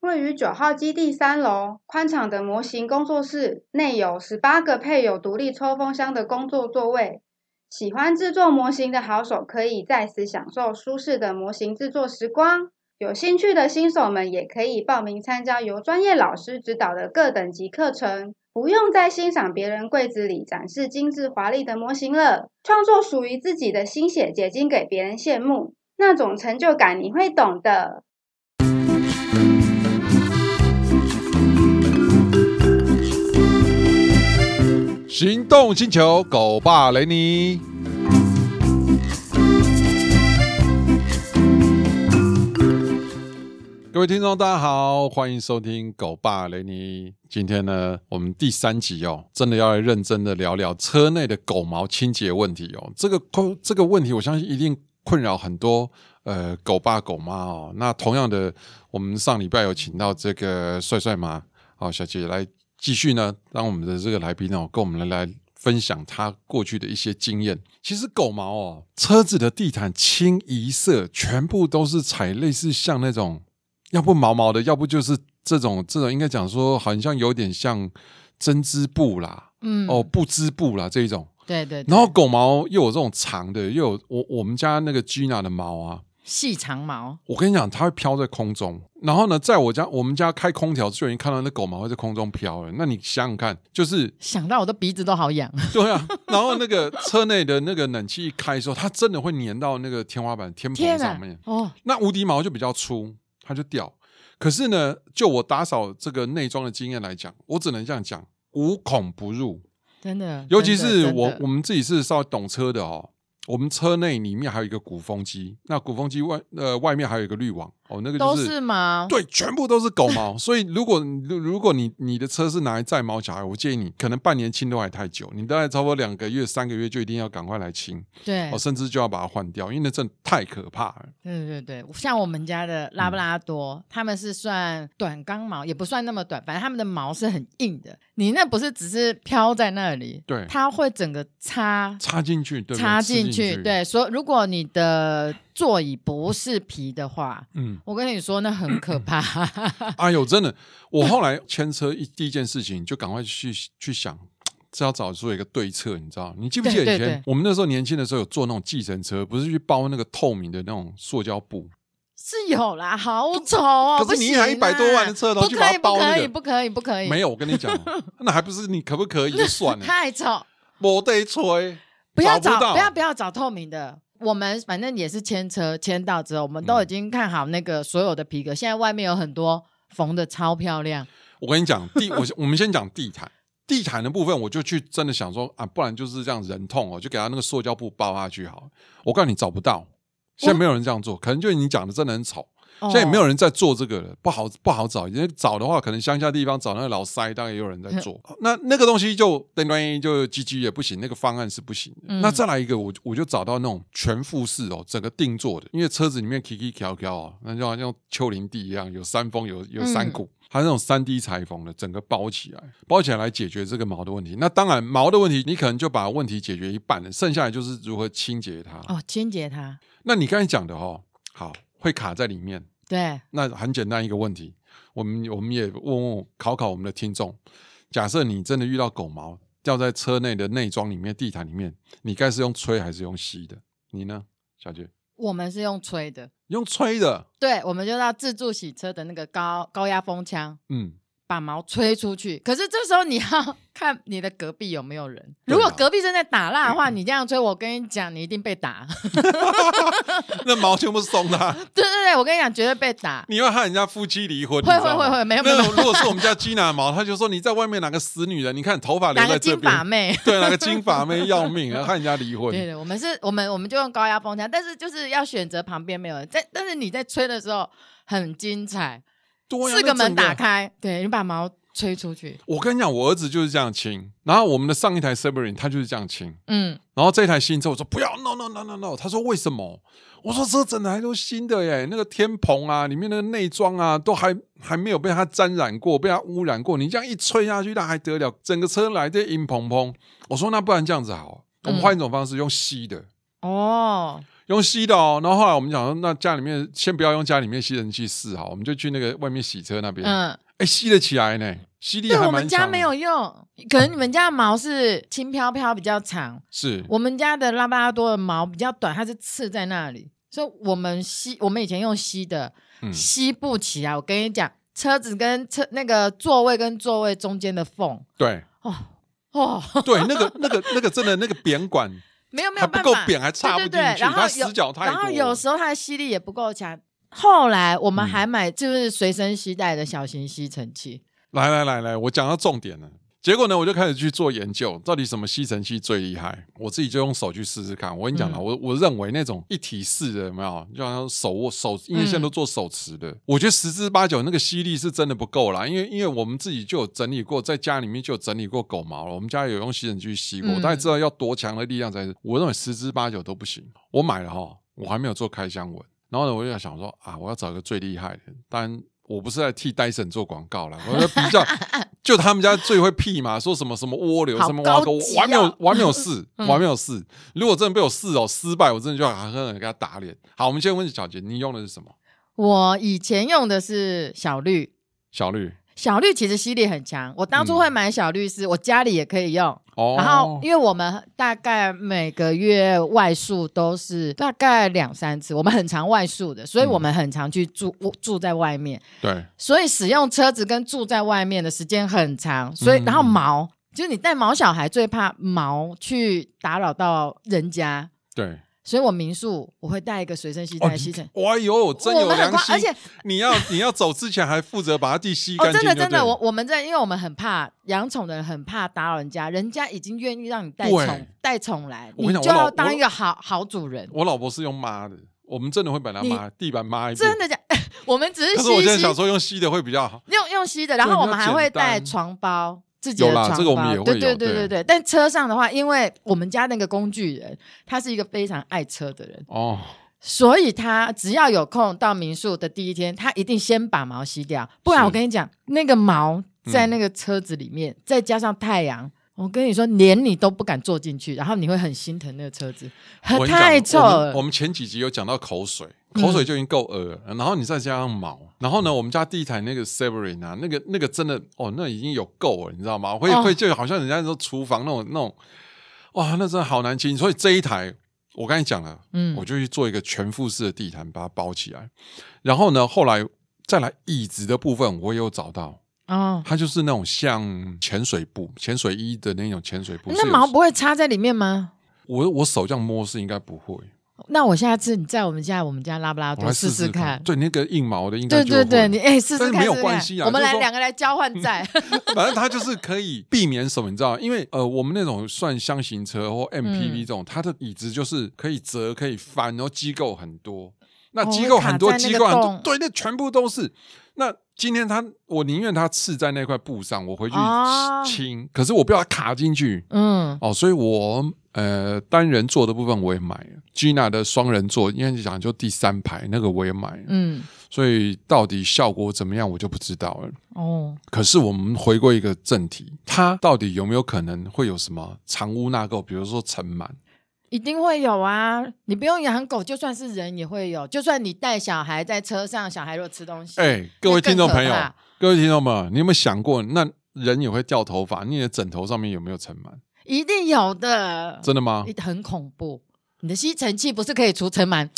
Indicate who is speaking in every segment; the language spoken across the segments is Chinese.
Speaker 1: 位于九号基地三楼宽敞的模型工作室，内有十八个配有独立抽风箱的工作座位。喜欢制作模型的好手可以在此享受舒适的模型制作时光。有兴趣的新手们也可以报名参加由专业老师指导的各等级课程，不用再欣赏别人柜子里展示精致华丽的模型了。创作属于自己的心血结晶，给别人羡慕，那种成就感你会懂的。
Speaker 2: 行动星球，狗爸雷尼。各位听众，大家好，欢迎收听《狗爸雷尼》。今天呢，我们第三集哦，真的要来认真的聊聊车内的狗毛清洁问题哦。这个困这个问题，我相信一定困扰很多呃狗爸狗妈哦。那同样的，我们上礼拜有请到这个帅帅妈哦小姐来继续呢，让我们的这个来宾哦，跟我们来来分享他过去的一些经验。其实狗毛哦，车子的地毯清一色，全部都是踩类似像那种，要不毛毛的，要不就是这种这种，应该讲说好像有点像针织布啦，
Speaker 3: 嗯，
Speaker 2: 哦，布织布啦这一种。
Speaker 3: 对对对
Speaker 2: 然后狗毛又有这种长的，又有我我们家那个 Gina 的毛啊，
Speaker 3: 细长毛，
Speaker 2: 我跟你讲，它会飘在空中。然后呢，在我家我们家开空调就已经看到那狗毛会在空中飘欸了。那你想想看，就是
Speaker 3: 想到我的鼻子都好 痒。
Speaker 2: 对啊，然后那个车内的那个冷气一开的时候，它真的会粘到那个天花板天棚
Speaker 3: 哪
Speaker 2: 上面。
Speaker 3: 哦，
Speaker 2: 那无敌毛就比较粗，它就掉。可是呢，就我打扫这个内装的经验来讲，我只能这样讲，无孔不入。
Speaker 3: 真的，
Speaker 2: 尤其
Speaker 3: 真的
Speaker 2: 是
Speaker 3: 真的
Speaker 2: 我我们自己是稍微懂车的哦，我们车内里面还有一个鼓风机，那鼓风机外呃外面还有一个滤网哦，那个就
Speaker 3: 都是吗？
Speaker 2: 对，全部都是狗毛。所以如果你如果你你的车是拿来载毛小孩，我建议你可能半年清都还太久，你大概差不多两个月、三个月就一定要赶快来清
Speaker 3: 对
Speaker 2: 哦，甚至就要把它换掉，因为那真的太可怕了。
Speaker 3: 对对对，像我们家的
Speaker 2: 嗯
Speaker 3: 拉布拉多，他们是算短刚毛，也不算那么短，反正他们的毛是很硬的。你那不是只是飘在那里，
Speaker 2: 对
Speaker 3: 它会整个插
Speaker 2: 插进去，对不对，
Speaker 3: 插
Speaker 2: 刺
Speaker 3: 进
Speaker 2: 进
Speaker 3: 去。，对，所以如果你的座椅不是皮的话，
Speaker 2: 嗯，
Speaker 3: 我跟你说那很可怕。
Speaker 2: 哎呦，真的，我后来牵车一第一件事情就赶快去去想。是要找出一个对策，你知道？你记不记得以
Speaker 3: 对
Speaker 2: 前
Speaker 3: 对对
Speaker 2: 我们那时候年轻的时候有坐那种计程车，不是去包那个透明的那种塑胶布，
Speaker 3: 是有啦，好丑哦！
Speaker 2: 可是你
Speaker 3: 不行啊
Speaker 2: 一台100万的车然后
Speaker 3: 不
Speaker 2: 去把
Speaker 3: 可
Speaker 2: 它
Speaker 3: 以，
Speaker 2: 包
Speaker 3: 不
Speaker 2: 那
Speaker 3: 可
Speaker 2: 个
Speaker 3: 以，不可以，不可以，
Speaker 2: 没有，我跟你讲，哦 那还不是你可不可以就算了，
Speaker 3: 太丑，
Speaker 2: 我得吹，
Speaker 3: 不要
Speaker 2: 找
Speaker 3: 找，
Speaker 2: 不到
Speaker 3: 不要不要找透明的。我们反正也是牵车牵到之后，我们都已经看好那个所有的皮革，现在外面有很多缝的超漂亮，
Speaker 2: 我跟你讲，地我我们先讲地毯，地毯的部分我就去真的想说啊，不然就是这样忍痛哦，就给他那个塑胶布包下去好了。我告诉你找不到，现在没有人这样做，可能就是你讲的真的很丑，
Speaker 3: 哦
Speaker 2: 现在也没有人在做这个了，不好不好找。因为找的话，可能乡下地方找那个老塞，当然也有人在做。那那个东西就噔噔就 GG 也不行，那个方案是不行的。
Speaker 3: 嗯
Speaker 2: 那再来一个，我我就找到那种全复式哦，整个定做的，因为车子里面 kiki 条条哦，那就好像丘陵地一样，有山峰，有有山谷。它那种三 D 裁缝的，整个包起来，包起来来解决这个毛的问题。那当然，毛的问题你可能就把问题解决一半了，剩下来就是如何清洁它。
Speaker 3: 哦，清洁它，
Speaker 2: 那你刚才讲的哦，好，会卡在里面，
Speaker 3: 对，
Speaker 2: 那很简单一个问题，我们我们也问问考考我们的听众，假设你真的遇到狗毛掉在车内的内装里面、地毯里面，你该是用吹还是用吸的？你呢，小姐？
Speaker 3: 我们是用吹的，
Speaker 2: 用吹的，
Speaker 3: 对，我们就到自助洗车的那个高高压风枪，
Speaker 2: 嗯，
Speaker 3: 把毛吹出去。可是这时候你要 看你的隔壁有没有人，
Speaker 2: 对啊
Speaker 3: 如果隔壁正在打蜡的话，你这样吹，我跟你讲，你一定被打。
Speaker 2: 那毛全部松的啊、
Speaker 3: 对对对，我跟你讲，绝对被打。
Speaker 2: 你会害人家夫妻离婚，
Speaker 3: 会
Speaker 2: 你知道吗
Speaker 3: 会会会没有没有
Speaker 2: 那种如果是我们家基娜毛，他就说你在外面哪个死女人，你看头发留
Speaker 3: 打
Speaker 2: 在
Speaker 3: 个
Speaker 2: 这
Speaker 3: 金发
Speaker 2: 边，
Speaker 3: 妹。
Speaker 2: 对，哪个金发妹要命，害人家离婚。
Speaker 3: 对对，我们是，我们我们就用高压风枪，但是就是要选择旁边没有人。在，但是你在吹的时候很精彩，
Speaker 2: 对啊
Speaker 3: 四个
Speaker 2: 那
Speaker 3: 门
Speaker 2: 整个
Speaker 3: 打开，对你把毛吹出去，
Speaker 2: 我跟你讲，我儿子就是这样亲，然后我们的上一台 Severin 他就是这样亲，
Speaker 3: 嗯，
Speaker 2: 然后这台新车我说不要，no no no no no，他说为什么？我说这整台都新的耶，那个天棚啊，里面那个内装啊，都还还没有被它沾染过，被它污染过，你这样一吹下去，那还得了？整个车来的
Speaker 3: 嗯
Speaker 2: 阴蓬蓬。我说那不然这样子好，我们换一种方式，用吸的。
Speaker 3: 哦，
Speaker 2: 用吸的哦。然后后来我们讲说，那家里面先不要用家里面吸尘器试好，我们就去那个外面洗车那边，哎、
Speaker 3: 嗯，
Speaker 2: 吸得起来呢，吸力
Speaker 3: 对
Speaker 2: 还
Speaker 3: 我
Speaker 2: 蛮
Speaker 3: 们
Speaker 2: 强
Speaker 3: 家
Speaker 2: 的
Speaker 3: 没有用，可能你们家的毛是轻飘飘比较长，
Speaker 2: 是
Speaker 3: 我们家的拉布拉多的毛比较短，它是刺在那里，所以我们吸，我们以前用吸的，
Speaker 2: 嗯
Speaker 3: 吸不起啊来。我跟你讲，车子跟车那个座位跟座位中间的缝，
Speaker 2: 对
Speaker 3: 哦哦，
Speaker 2: 对，那个那个那个真的那个扁管
Speaker 3: 没有没
Speaker 2: 还
Speaker 3: 有
Speaker 2: 不
Speaker 3: 办
Speaker 2: 够
Speaker 3: 法，
Speaker 2: 扁，还插不进
Speaker 3: 对对对，
Speaker 2: 去，
Speaker 3: 然后
Speaker 2: 它
Speaker 3: 有
Speaker 2: 死角太多
Speaker 3: 然
Speaker 2: 了。
Speaker 3: 后有时候它的吸力也不够强。后来我们
Speaker 2: 嗯
Speaker 3: 还买就是随身携带的小型吸尘器，
Speaker 2: 来来来来，我讲到重点了。结果呢，我就开始去做研究，到底什么吸尘器最厉害？我自己就用手去试试看。我跟你讲了，
Speaker 3: 嗯
Speaker 2: 我我认为那种一体式的有没有，就好像手握手，因为现在都做手持的，我觉得十之八九那个吸力是真的不够啦。因为因为我们自己就有整理过，在家里面就有整理过狗毛了，我们家有用吸尘器吸过，
Speaker 3: 嗯
Speaker 2: 我大概知道要多强的力量才是。我认为十之八九都不行。我买了哈，我还没有做开箱文。然后呢，我就在想说啊，我要找一个最厉害的。当然，我不是在替戴森做广告啦，我在比 较，就他们家最会屁嘛，说什么什么蜗牛
Speaker 3: 好
Speaker 2: 什么挖沟，
Speaker 3: 高级
Speaker 2: 我还没有
Speaker 3: 哦，
Speaker 2: 我还没有 试，我
Speaker 3: 嗯
Speaker 2: 还没有试。如果真的被我试哦失败，我真的就狠狠的给他打脸。好，我们先问小杰，你用的是什么？
Speaker 3: 我以前用的是小绿。
Speaker 2: 小绿
Speaker 3: 小绿其实吸力很强，我当初
Speaker 2: 嗯
Speaker 3: 会买小绿是，我家里也可以用。
Speaker 2: 哦，
Speaker 3: 然后，因为我们大概每个月外宿都是大概两三次，我们很常外宿的，所以
Speaker 2: 嗯
Speaker 3: 我们很常去住住在外面，
Speaker 2: 对
Speaker 3: 所以使用车子跟住在外面的时间很长。所以，
Speaker 2: 嗯
Speaker 3: 然后毛，就是你带毛小孩最怕毛去打扰到人家，
Speaker 2: 对，哦
Speaker 3: 所以我民宿我会带一个随身吸带吸尘。
Speaker 2: 哇哟，真
Speaker 3: 我
Speaker 2: 有
Speaker 3: 们很
Speaker 2: 良
Speaker 3: 夸，
Speaker 2: 心！
Speaker 3: 而且
Speaker 2: 你要你要走之前还负责把它地吸干
Speaker 3: 哦，
Speaker 2: 净
Speaker 3: 真
Speaker 2: 就对了，
Speaker 3: 的真的，我我们在，因为我们很怕养宠的人，很怕打扰人家，人家已经愿意让你带
Speaker 2: 对
Speaker 3: 宠带宠来，
Speaker 2: 我跟你讲
Speaker 3: 就
Speaker 2: 我老
Speaker 3: 要当
Speaker 2: 我
Speaker 3: 一个好好主人。
Speaker 2: 我老婆是用抹的，我们真的会把它
Speaker 3: 你
Speaker 2: 抹地板抹一遍
Speaker 3: 真。的假？ 我们只是
Speaker 2: 可是我现
Speaker 3: 吸
Speaker 2: 在
Speaker 3: 吸
Speaker 2: 想说用吸的会比较好。
Speaker 3: 用用吸的，然
Speaker 2: 对
Speaker 3: 后我
Speaker 2: 比较
Speaker 3: 们还会
Speaker 2: 简单
Speaker 3: 带床包。自己的
Speaker 2: 有啦
Speaker 3: 床包，
Speaker 2: 这个我们也会
Speaker 3: 对
Speaker 2: 有
Speaker 3: 对对
Speaker 2: 对
Speaker 3: 对对。但车上的话，因为我们家那个工具人，他是一个非常爱车的人，
Speaker 2: 哦，
Speaker 3: 所以他只要有空到民宿的第一天，他一定先把毛吸掉，不然
Speaker 2: 是嗯
Speaker 3: 我跟你讲，那个毛在那个车子里面，再加上太阳。我跟你说，连你都不敢坐进去，然后你会很心疼那个车子，很
Speaker 2: 我跟你讲
Speaker 3: 太臭
Speaker 2: 我们
Speaker 3: 了。嗯
Speaker 2: 我们前几集有讲到口水，口水就已经够恶了，然后你再加上毛，然后呢，我们家第一台那个 Severin 啊，那个那个真的哦，那已经有够了，你知道吗？会
Speaker 3: 哦
Speaker 2: 会就好像人家说厨房那种那种，哇，那真的好难清。所以这一台我刚才讲了，
Speaker 3: 嗯
Speaker 2: 我就去做一个全覆式的地毯，把它包起来。然后呢，后来再来椅子的部分，我也有找到，
Speaker 3: 哦，
Speaker 2: 它就是那种像潜水布、潜水衣的那种潜水布。
Speaker 3: 那
Speaker 2: 是有
Speaker 3: 毛不会插在里面吗？
Speaker 2: 我我手这样摸是应该不会，
Speaker 3: 那我下次你在我们家，我们家拉布拉
Speaker 2: 我来
Speaker 3: 多啊试
Speaker 2: 试
Speaker 3: 看。
Speaker 2: 对，那个硬毛的应该
Speaker 3: 对
Speaker 2: 就会
Speaker 3: 对对，你哎试
Speaker 2: 但
Speaker 3: 试
Speaker 2: 是
Speaker 3: 看，
Speaker 2: 没有
Speaker 3: 试试
Speaker 2: 关
Speaker 3: 看
Speaker 2: 系啊
Speaker 3: 我们
Speaker 2: 就是
Speaker 3: 来
Speaker 2: 说
Speaker 3: 两个来交换在。
Speaker 2: 反正它就是可以避免什么，你知道吗？因为呃，我们那种算箱型车或 MPV 这
Speaker 3: 嗯
Speaker 2: 种，它的椅子就是可以折、可以翻，然后机构很多。那机构很多，
Speaker 3: 哦会卡在
Speaker 2: 机
Speaker 3: 那个
Speaker 2: 构很多
Speaker 3: 洞，
Speaker 2: 对，那全部都是。那今天它，我宁愿它刺在那块布上，我回去
Speaker 3: 哦
Speaker 2: 清，可是我不要它卡进去。
Speaker 3: 嗯，
Speaker 2: 哦，所以我呃单人座的部分我也买了，Gina 的双人座，因为你讲就第三排那个我也买了，
Speaker 3: 嗯，
Speaker 2: 所以到底效果怎么样我就不知道了。
Speaker 3: 哦，
Speaker 2: 可是我们回归一个正题，它到底有没有可能会有什么藏污纳垢？比如说尘螨，
Speaker 3: 一定会有啊！你不用养狗，就算是人也会有。就算你带小孩在车上，小孩如果吃东西，
Speaker 2: 哎、各位
Speaker 3: 那更
Speaker 2: 听众朋
Speaker 3: 可
Speaker 2: 友
Speaker 3: 怕，
Speaker 2: 各位听众们，你有没有想过，那人也会掉头发，你的枕头上面有没有尘螨？
Speaker 3: 一定有的，
Speaker 2: 真的吗？
Speaker 3: 一很恐怖。你的吸尘器不是可以除尘螨？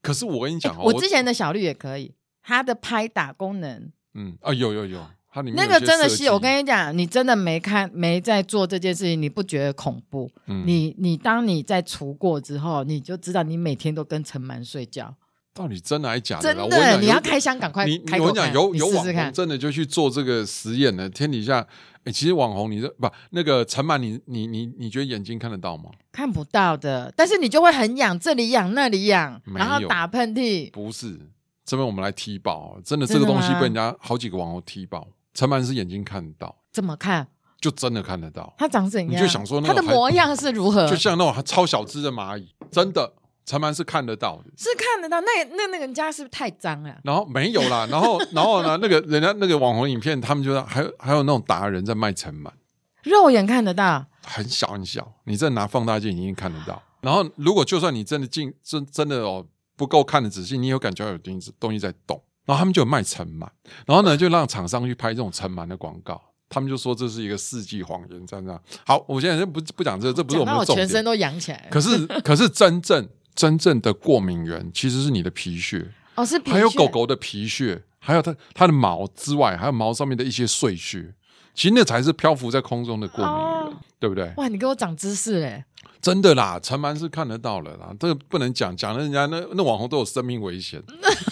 Speaker 2: 可是我跟你讲哦，
Speaker 3: 我之前的小绿也可以，它的拍打功能，
Speaker 2: 嗯啊有有有，它里面
Speaker 3: 那
Speaker 2: 有
Speaker 3: 个
Speaker 2: 些
Speaker 3: 真的
Speaker 2: 设
Speaker 3: 是，我
Speaker 2: 计
Speaker 3: 跟你讲，你真的没看没在做这件事情，你不觉得恐怖？
Speaker 2: 嗯
Speaker 3: 你你当你在除过之后，你就知道你每天都跟尘螨睡觉，
Speaker 2: 到底真的还是假的
Speaker 3: 真
Speaker 2: 啦？我跟
Speaker 3: 的，
Speaker 2: 讲
Speaker 3: 你
Speaker 2: 有
Speaker 3: 要开箱赶快
Speaker 2: 你
Speaker 3: 开
Speaker 2: 我
Speaker 3: 口
Speaker 2: 跟你讲，有
Speaker 3: 你
Speaker 2: 有
Speaker 3: 试
Speaker 2: 网
Speaker 3: 试
Speaker 2: 红
Speaker 3: 看。
Speaker 2: 真的就去做这个实验了。天底下，哎，其实网红你这不那个陈满，你你你你觉得眼睛看得到吗？
Speaker 3: 看不到的，但是你就会很痒，这里痒那里痒，
Speaker 2: 没有
Speaker 3: 然后打喷嚏。
Speaker 2: 不是，这边我们来踢爆，真的这
Speaker 3: 真
Speaker 2: 个
Speaker 3: 的
Speaker 2: 东西
Speaker 3: 吗
Speaker 2: 被人家好几个网红踢爆。陈满是眼睛看得到，
Speaker 3: 怎么看？
Speaker 2: 就真的看得到，
Speaker 3: 它长怎样？
Speaker 2: 你就想说那
Speaker 3: 它
Speaker 2: 种
Speaker 3: 的
Speaker 2: 还
Speaker 3: 模样是如何？
Speaker 2: 就像那种超小只的蚂蚁，真的陈满是看得到的。
Speaker 3: 是看得到。那那那个人家是不是太脏了？
Speaker 2: 然后没有啦，然后然后呢，那个人家那个网红影片，他们就还有还有那种达人在卖尘螨，
Speaker 3: 肉眼看得到，
Speaker 2: 很小很小，你这拿放大镜已经看得到。然后如果就算你真的进真真的哦不够看的仔细，你有感觉到有东西东西在动，然后他们就有卖尘螨，然后呢就让厂商去拍这种尘螨的广告。他们就说这是一个世纪谎言，这样这样。好，我现在先不不讲这个，这不是我
Speaker 3: 讲
Speaker 2: 们
Speaker 3: 到
Speaker 2: 的
Speaker 3: 我
Speaker 2: 重
Speaker 3: 全
Speaker 2: 点。
Speaker 3: 身都痒起来了。
Speaker 2: 可是，可是真正真正的过敏源其实是你的皮屑，
Speaker 3: 哦，是皮
Speaker 2: 还有
Speaker 3: 屑
Speaker 2: 狗狗的皮屑，还有它它的毛之外，还有毛上面的一些碎屑，其实那才是漂浮在空中的过敏源，
Speaker 3: 哦
Speaker 2: 对不对？
Speaker 3: 哇，你给我长知识欸嘞！
Speaker 2: 真的啦，尘螨是看得到了啦，这个不能讲，讲了人家那那网红都有生命危 险。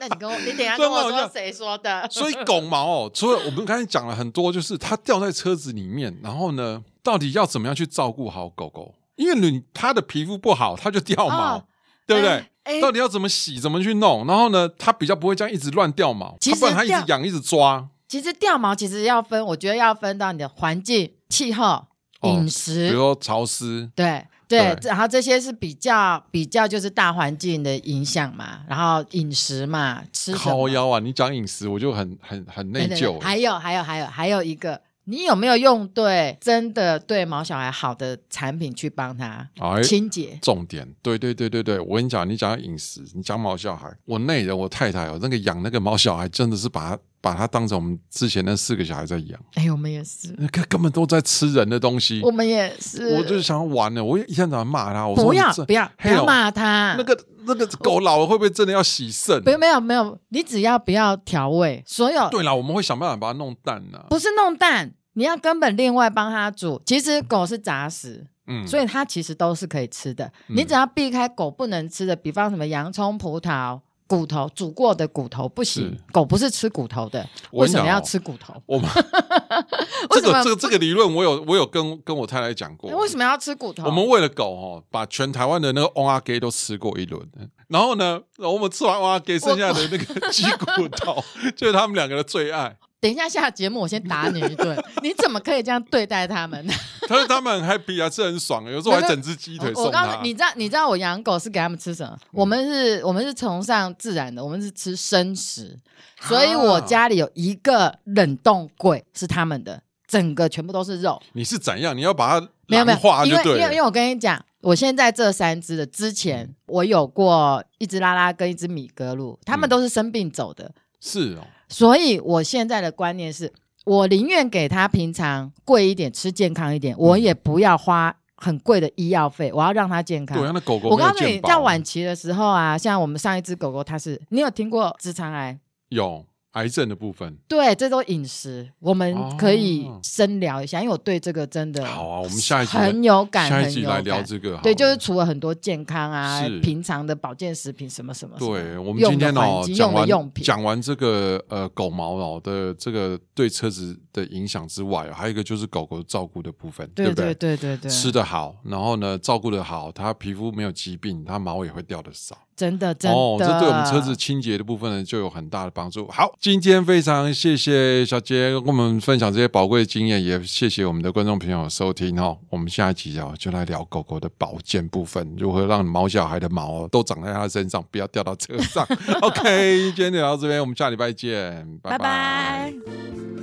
Speaker 3: 那你跟我，你等一下
Speaker 2: 真的
Speaker 3: 跟我
Speaker 2: 好像
Speaker 3: 说谁说的？
Speaker 2: 所以狗毛哦，除了我们刚才讲了很多，就是它掉在车子里面，然后呢，到底要怎么样去照顾好狗狗？因为你它的皮肤不好，它就掉毛，
Speaker 3: 哦
Speaker 2: 对不对？
Speaker 3: 哎哎
Speaker 2: 到底要怎么洗，怎么去弄？然后呢，它比较不会这样一直乱掉毛，
Speaker 3: 其
Speaker 2: 它不然
Speaker 3: 实
Speaker 2: 它一直
Speaker 3: 掉
Speaker 2: 痒，一直抓。
Speaker 3: 其实掉毛其实要分，我觉得要分到你的环境、气候、
Speaker 2: 哦
Speaker 3: 饮
Speaker 2: 比
Speaker 3: 食，
Speaker 2: 如说潮湿，
Speaker 3: 对对
Speaker 2: 对，
Speaker 3: 这然后这些是比较比较就是大环境的影响嘛，然后饮食嘛，吃什
Speaker 2: 靠
Speaker 3: 么
Speaker 2: 腰啊，你讲饮食我就很很很内
Speaker 3: 等等
Speaker 2: 疚。哎
Speaker 3: 还有还有还有还有一个，你有没有用对真的对毛小孩好的产品去帮他
Speaker 2: 哎
Speaker 3: 清洁？
Speaker 2: 重点，对对对对对，我跟你讲，你讲饮食，你讲毛小孩，我内人，我太太哦，那个养那个毛小孩，真的是把它把它当成我们之前那四个小孩在养，
Speaker 3: 哎，我们也是，
Speaker 2: 那个根本都在吃人的东西。
Speaker 3: 我
Speaker 2: 我
Speaker 3: 们也是，
Speaker 2: 就是想玩了，我一天到晚骂他，我说
Speaker 3: 不要
Speaker 2: 你这
Speaker 3: 不要不
Speaker 2: 嘿哦
Speaker 3: 要骂他，
Speaker 2: 那个那个狗老了会不会真的要洗肾？
Speaker 3: 不没有没有，你只要不要调味，所有
Speaker 2: 对啦，我们会想办法把它弄淡呐、
Speaker 3: 不是弄蛋，你要根本另外帮它煮。其实狗是杂食，
Speaker 2: 嗯，
Speaker 3: 所
Speaker 2: 以
Speaker 3: 以它其实都是可以吃的。
Speaker 2: 嗯
Speaker 3: 你只要避开狗不能吃的，比方什么洋葱、葡萄、骨头，煮过的骨头不行
Speaker 2: 是。
Speaker 3: 狗不是吃骨头的，
Speaker 2: 我
Speaker 3: 为
Speaker 2: 跟你
Speaker 3: 什
Speaker 2: 讲哦
Speaker 3: 么要吃骨头？
Speaker 2: 我们
Speaker 3: 为
Speaker 2: 这
Speaker 3: 什么
Speaker 2: 个这个这个理论，我有我有跟跟我太太讲过。
Speaker 3: 哎为什么要吃骨头？
Speaker 2: 我们为了狗哦，把全台湾的那个 on 阿给都吃过一轮，然后呢，我们吃完 on 阿给剩下的那个鸡骨头， 就是他们两个的最爱。
Speaker 3: 等一下下节目，我先打你一 顿。你怎么可以这样对待他们？
Speaker 2: 他说他们很 happy 啊，吃很爽，有时候还整只鸡腿
Speaker 3: 我
Speaker 2: 送
Speaker 3: 我告
Speaker 2: 他嗯
Speaker 3: 诉。你，你知道你知道我养狗是给他们吃什么？我们是我们是崇尚自然的，我们是吃生食，
Speaker 2: 啊
Speaker 3: 所以我家里有一个冷冻柜是他们的，整个全部都是肉，
Speaker 2: 你是怎样？你要把它
Speaker 3: 没有没
Speaker 2: 狼化
Speaker 3: 有，因
Speaker 2: 就
Speaker 3: 为因
Speaker 2: 对
Speaker 3: 为因为
Speaker 2: 了。嗯
Speaker 3: 我跟你讲，我现在这三只的之前我有过一只拉拉跟一只米格鲁，他
Speaker 2: 嗯
Speaker 3: 们都是生病走的，
Speaker 2: 是哦，
Speaker 3: 所以我现在的观念是，我宁愿给他平常贵一点，吃健康一点，
Speaker 2: 嗯
Speaker 3: 我也不要花很贵的医药费，我要让他健康
Speaker 2: 对。啊，那狗狗
Speaker 3: 我
Speaker 2: 没有
Speaker 3: 告诉你，
Speaker 2: 健保
Speaker 3: 在晚期的时候啊，像我们上一只狗狗，它是你有听过直肠癌？
Speaker 2: 有癌症的部分。
Speaker 3: 对，这都饮食，我
Speaker 2: 哦
Speaker 3: 们可以深聊一下，因为我对这个真的
Speaker 2: 好啊，我们下一集来
Speaker 3: 很有感，
Speaker 2: 下一集
Speaker 3: 很有
Speaker 2: 来聊
Speaker 3: 感
Speaker 2: 这个好了。
Speaker 3: 对，就是除了很多健康啊
Speaker 2: 是、
Speaker 3: 平常的保健食品什么什么什么
Speaker 2: 对我们
Speaker 3: 用
Speaker 2: 今
Speaker 3: 的
Speaker 2: 天
Speaker 3: 环
Speaker 2: 哦
Speaker 3: 境
Speaker 2: 讲
Speaker 3: 用的
Speaker 2: 完
Speaker 3: 用品，
Speaker 2: 讲完这个呃狗毛哦的这个对车子的影响之外，哦还有一个就是狗狗照顾的部分，
Speaker 3: 对
Speaker 2: 不
Speaker 3: 对对对对，
Speaker 2: 吃的好，然后呢照顾的好，它皮肤没有疾病，它毛也会掉的少。
Speaker 3: 真的真的，
Speaker 2: 哦，这对我们车子清洁的部分呢就有很大的帮助。好，今天非常谢谢小杰跟我们分享这些宝贵的经验，也谢谢我们的观众朋友收听哦。我们下一集哦就来聊狗狗的保健部分，如何让毛小孩的毛哦都长在它身上，不 要掉到车上。OK，今天就聊到这边，我们下礼拜见，拜
Speaker 3: 拜拜。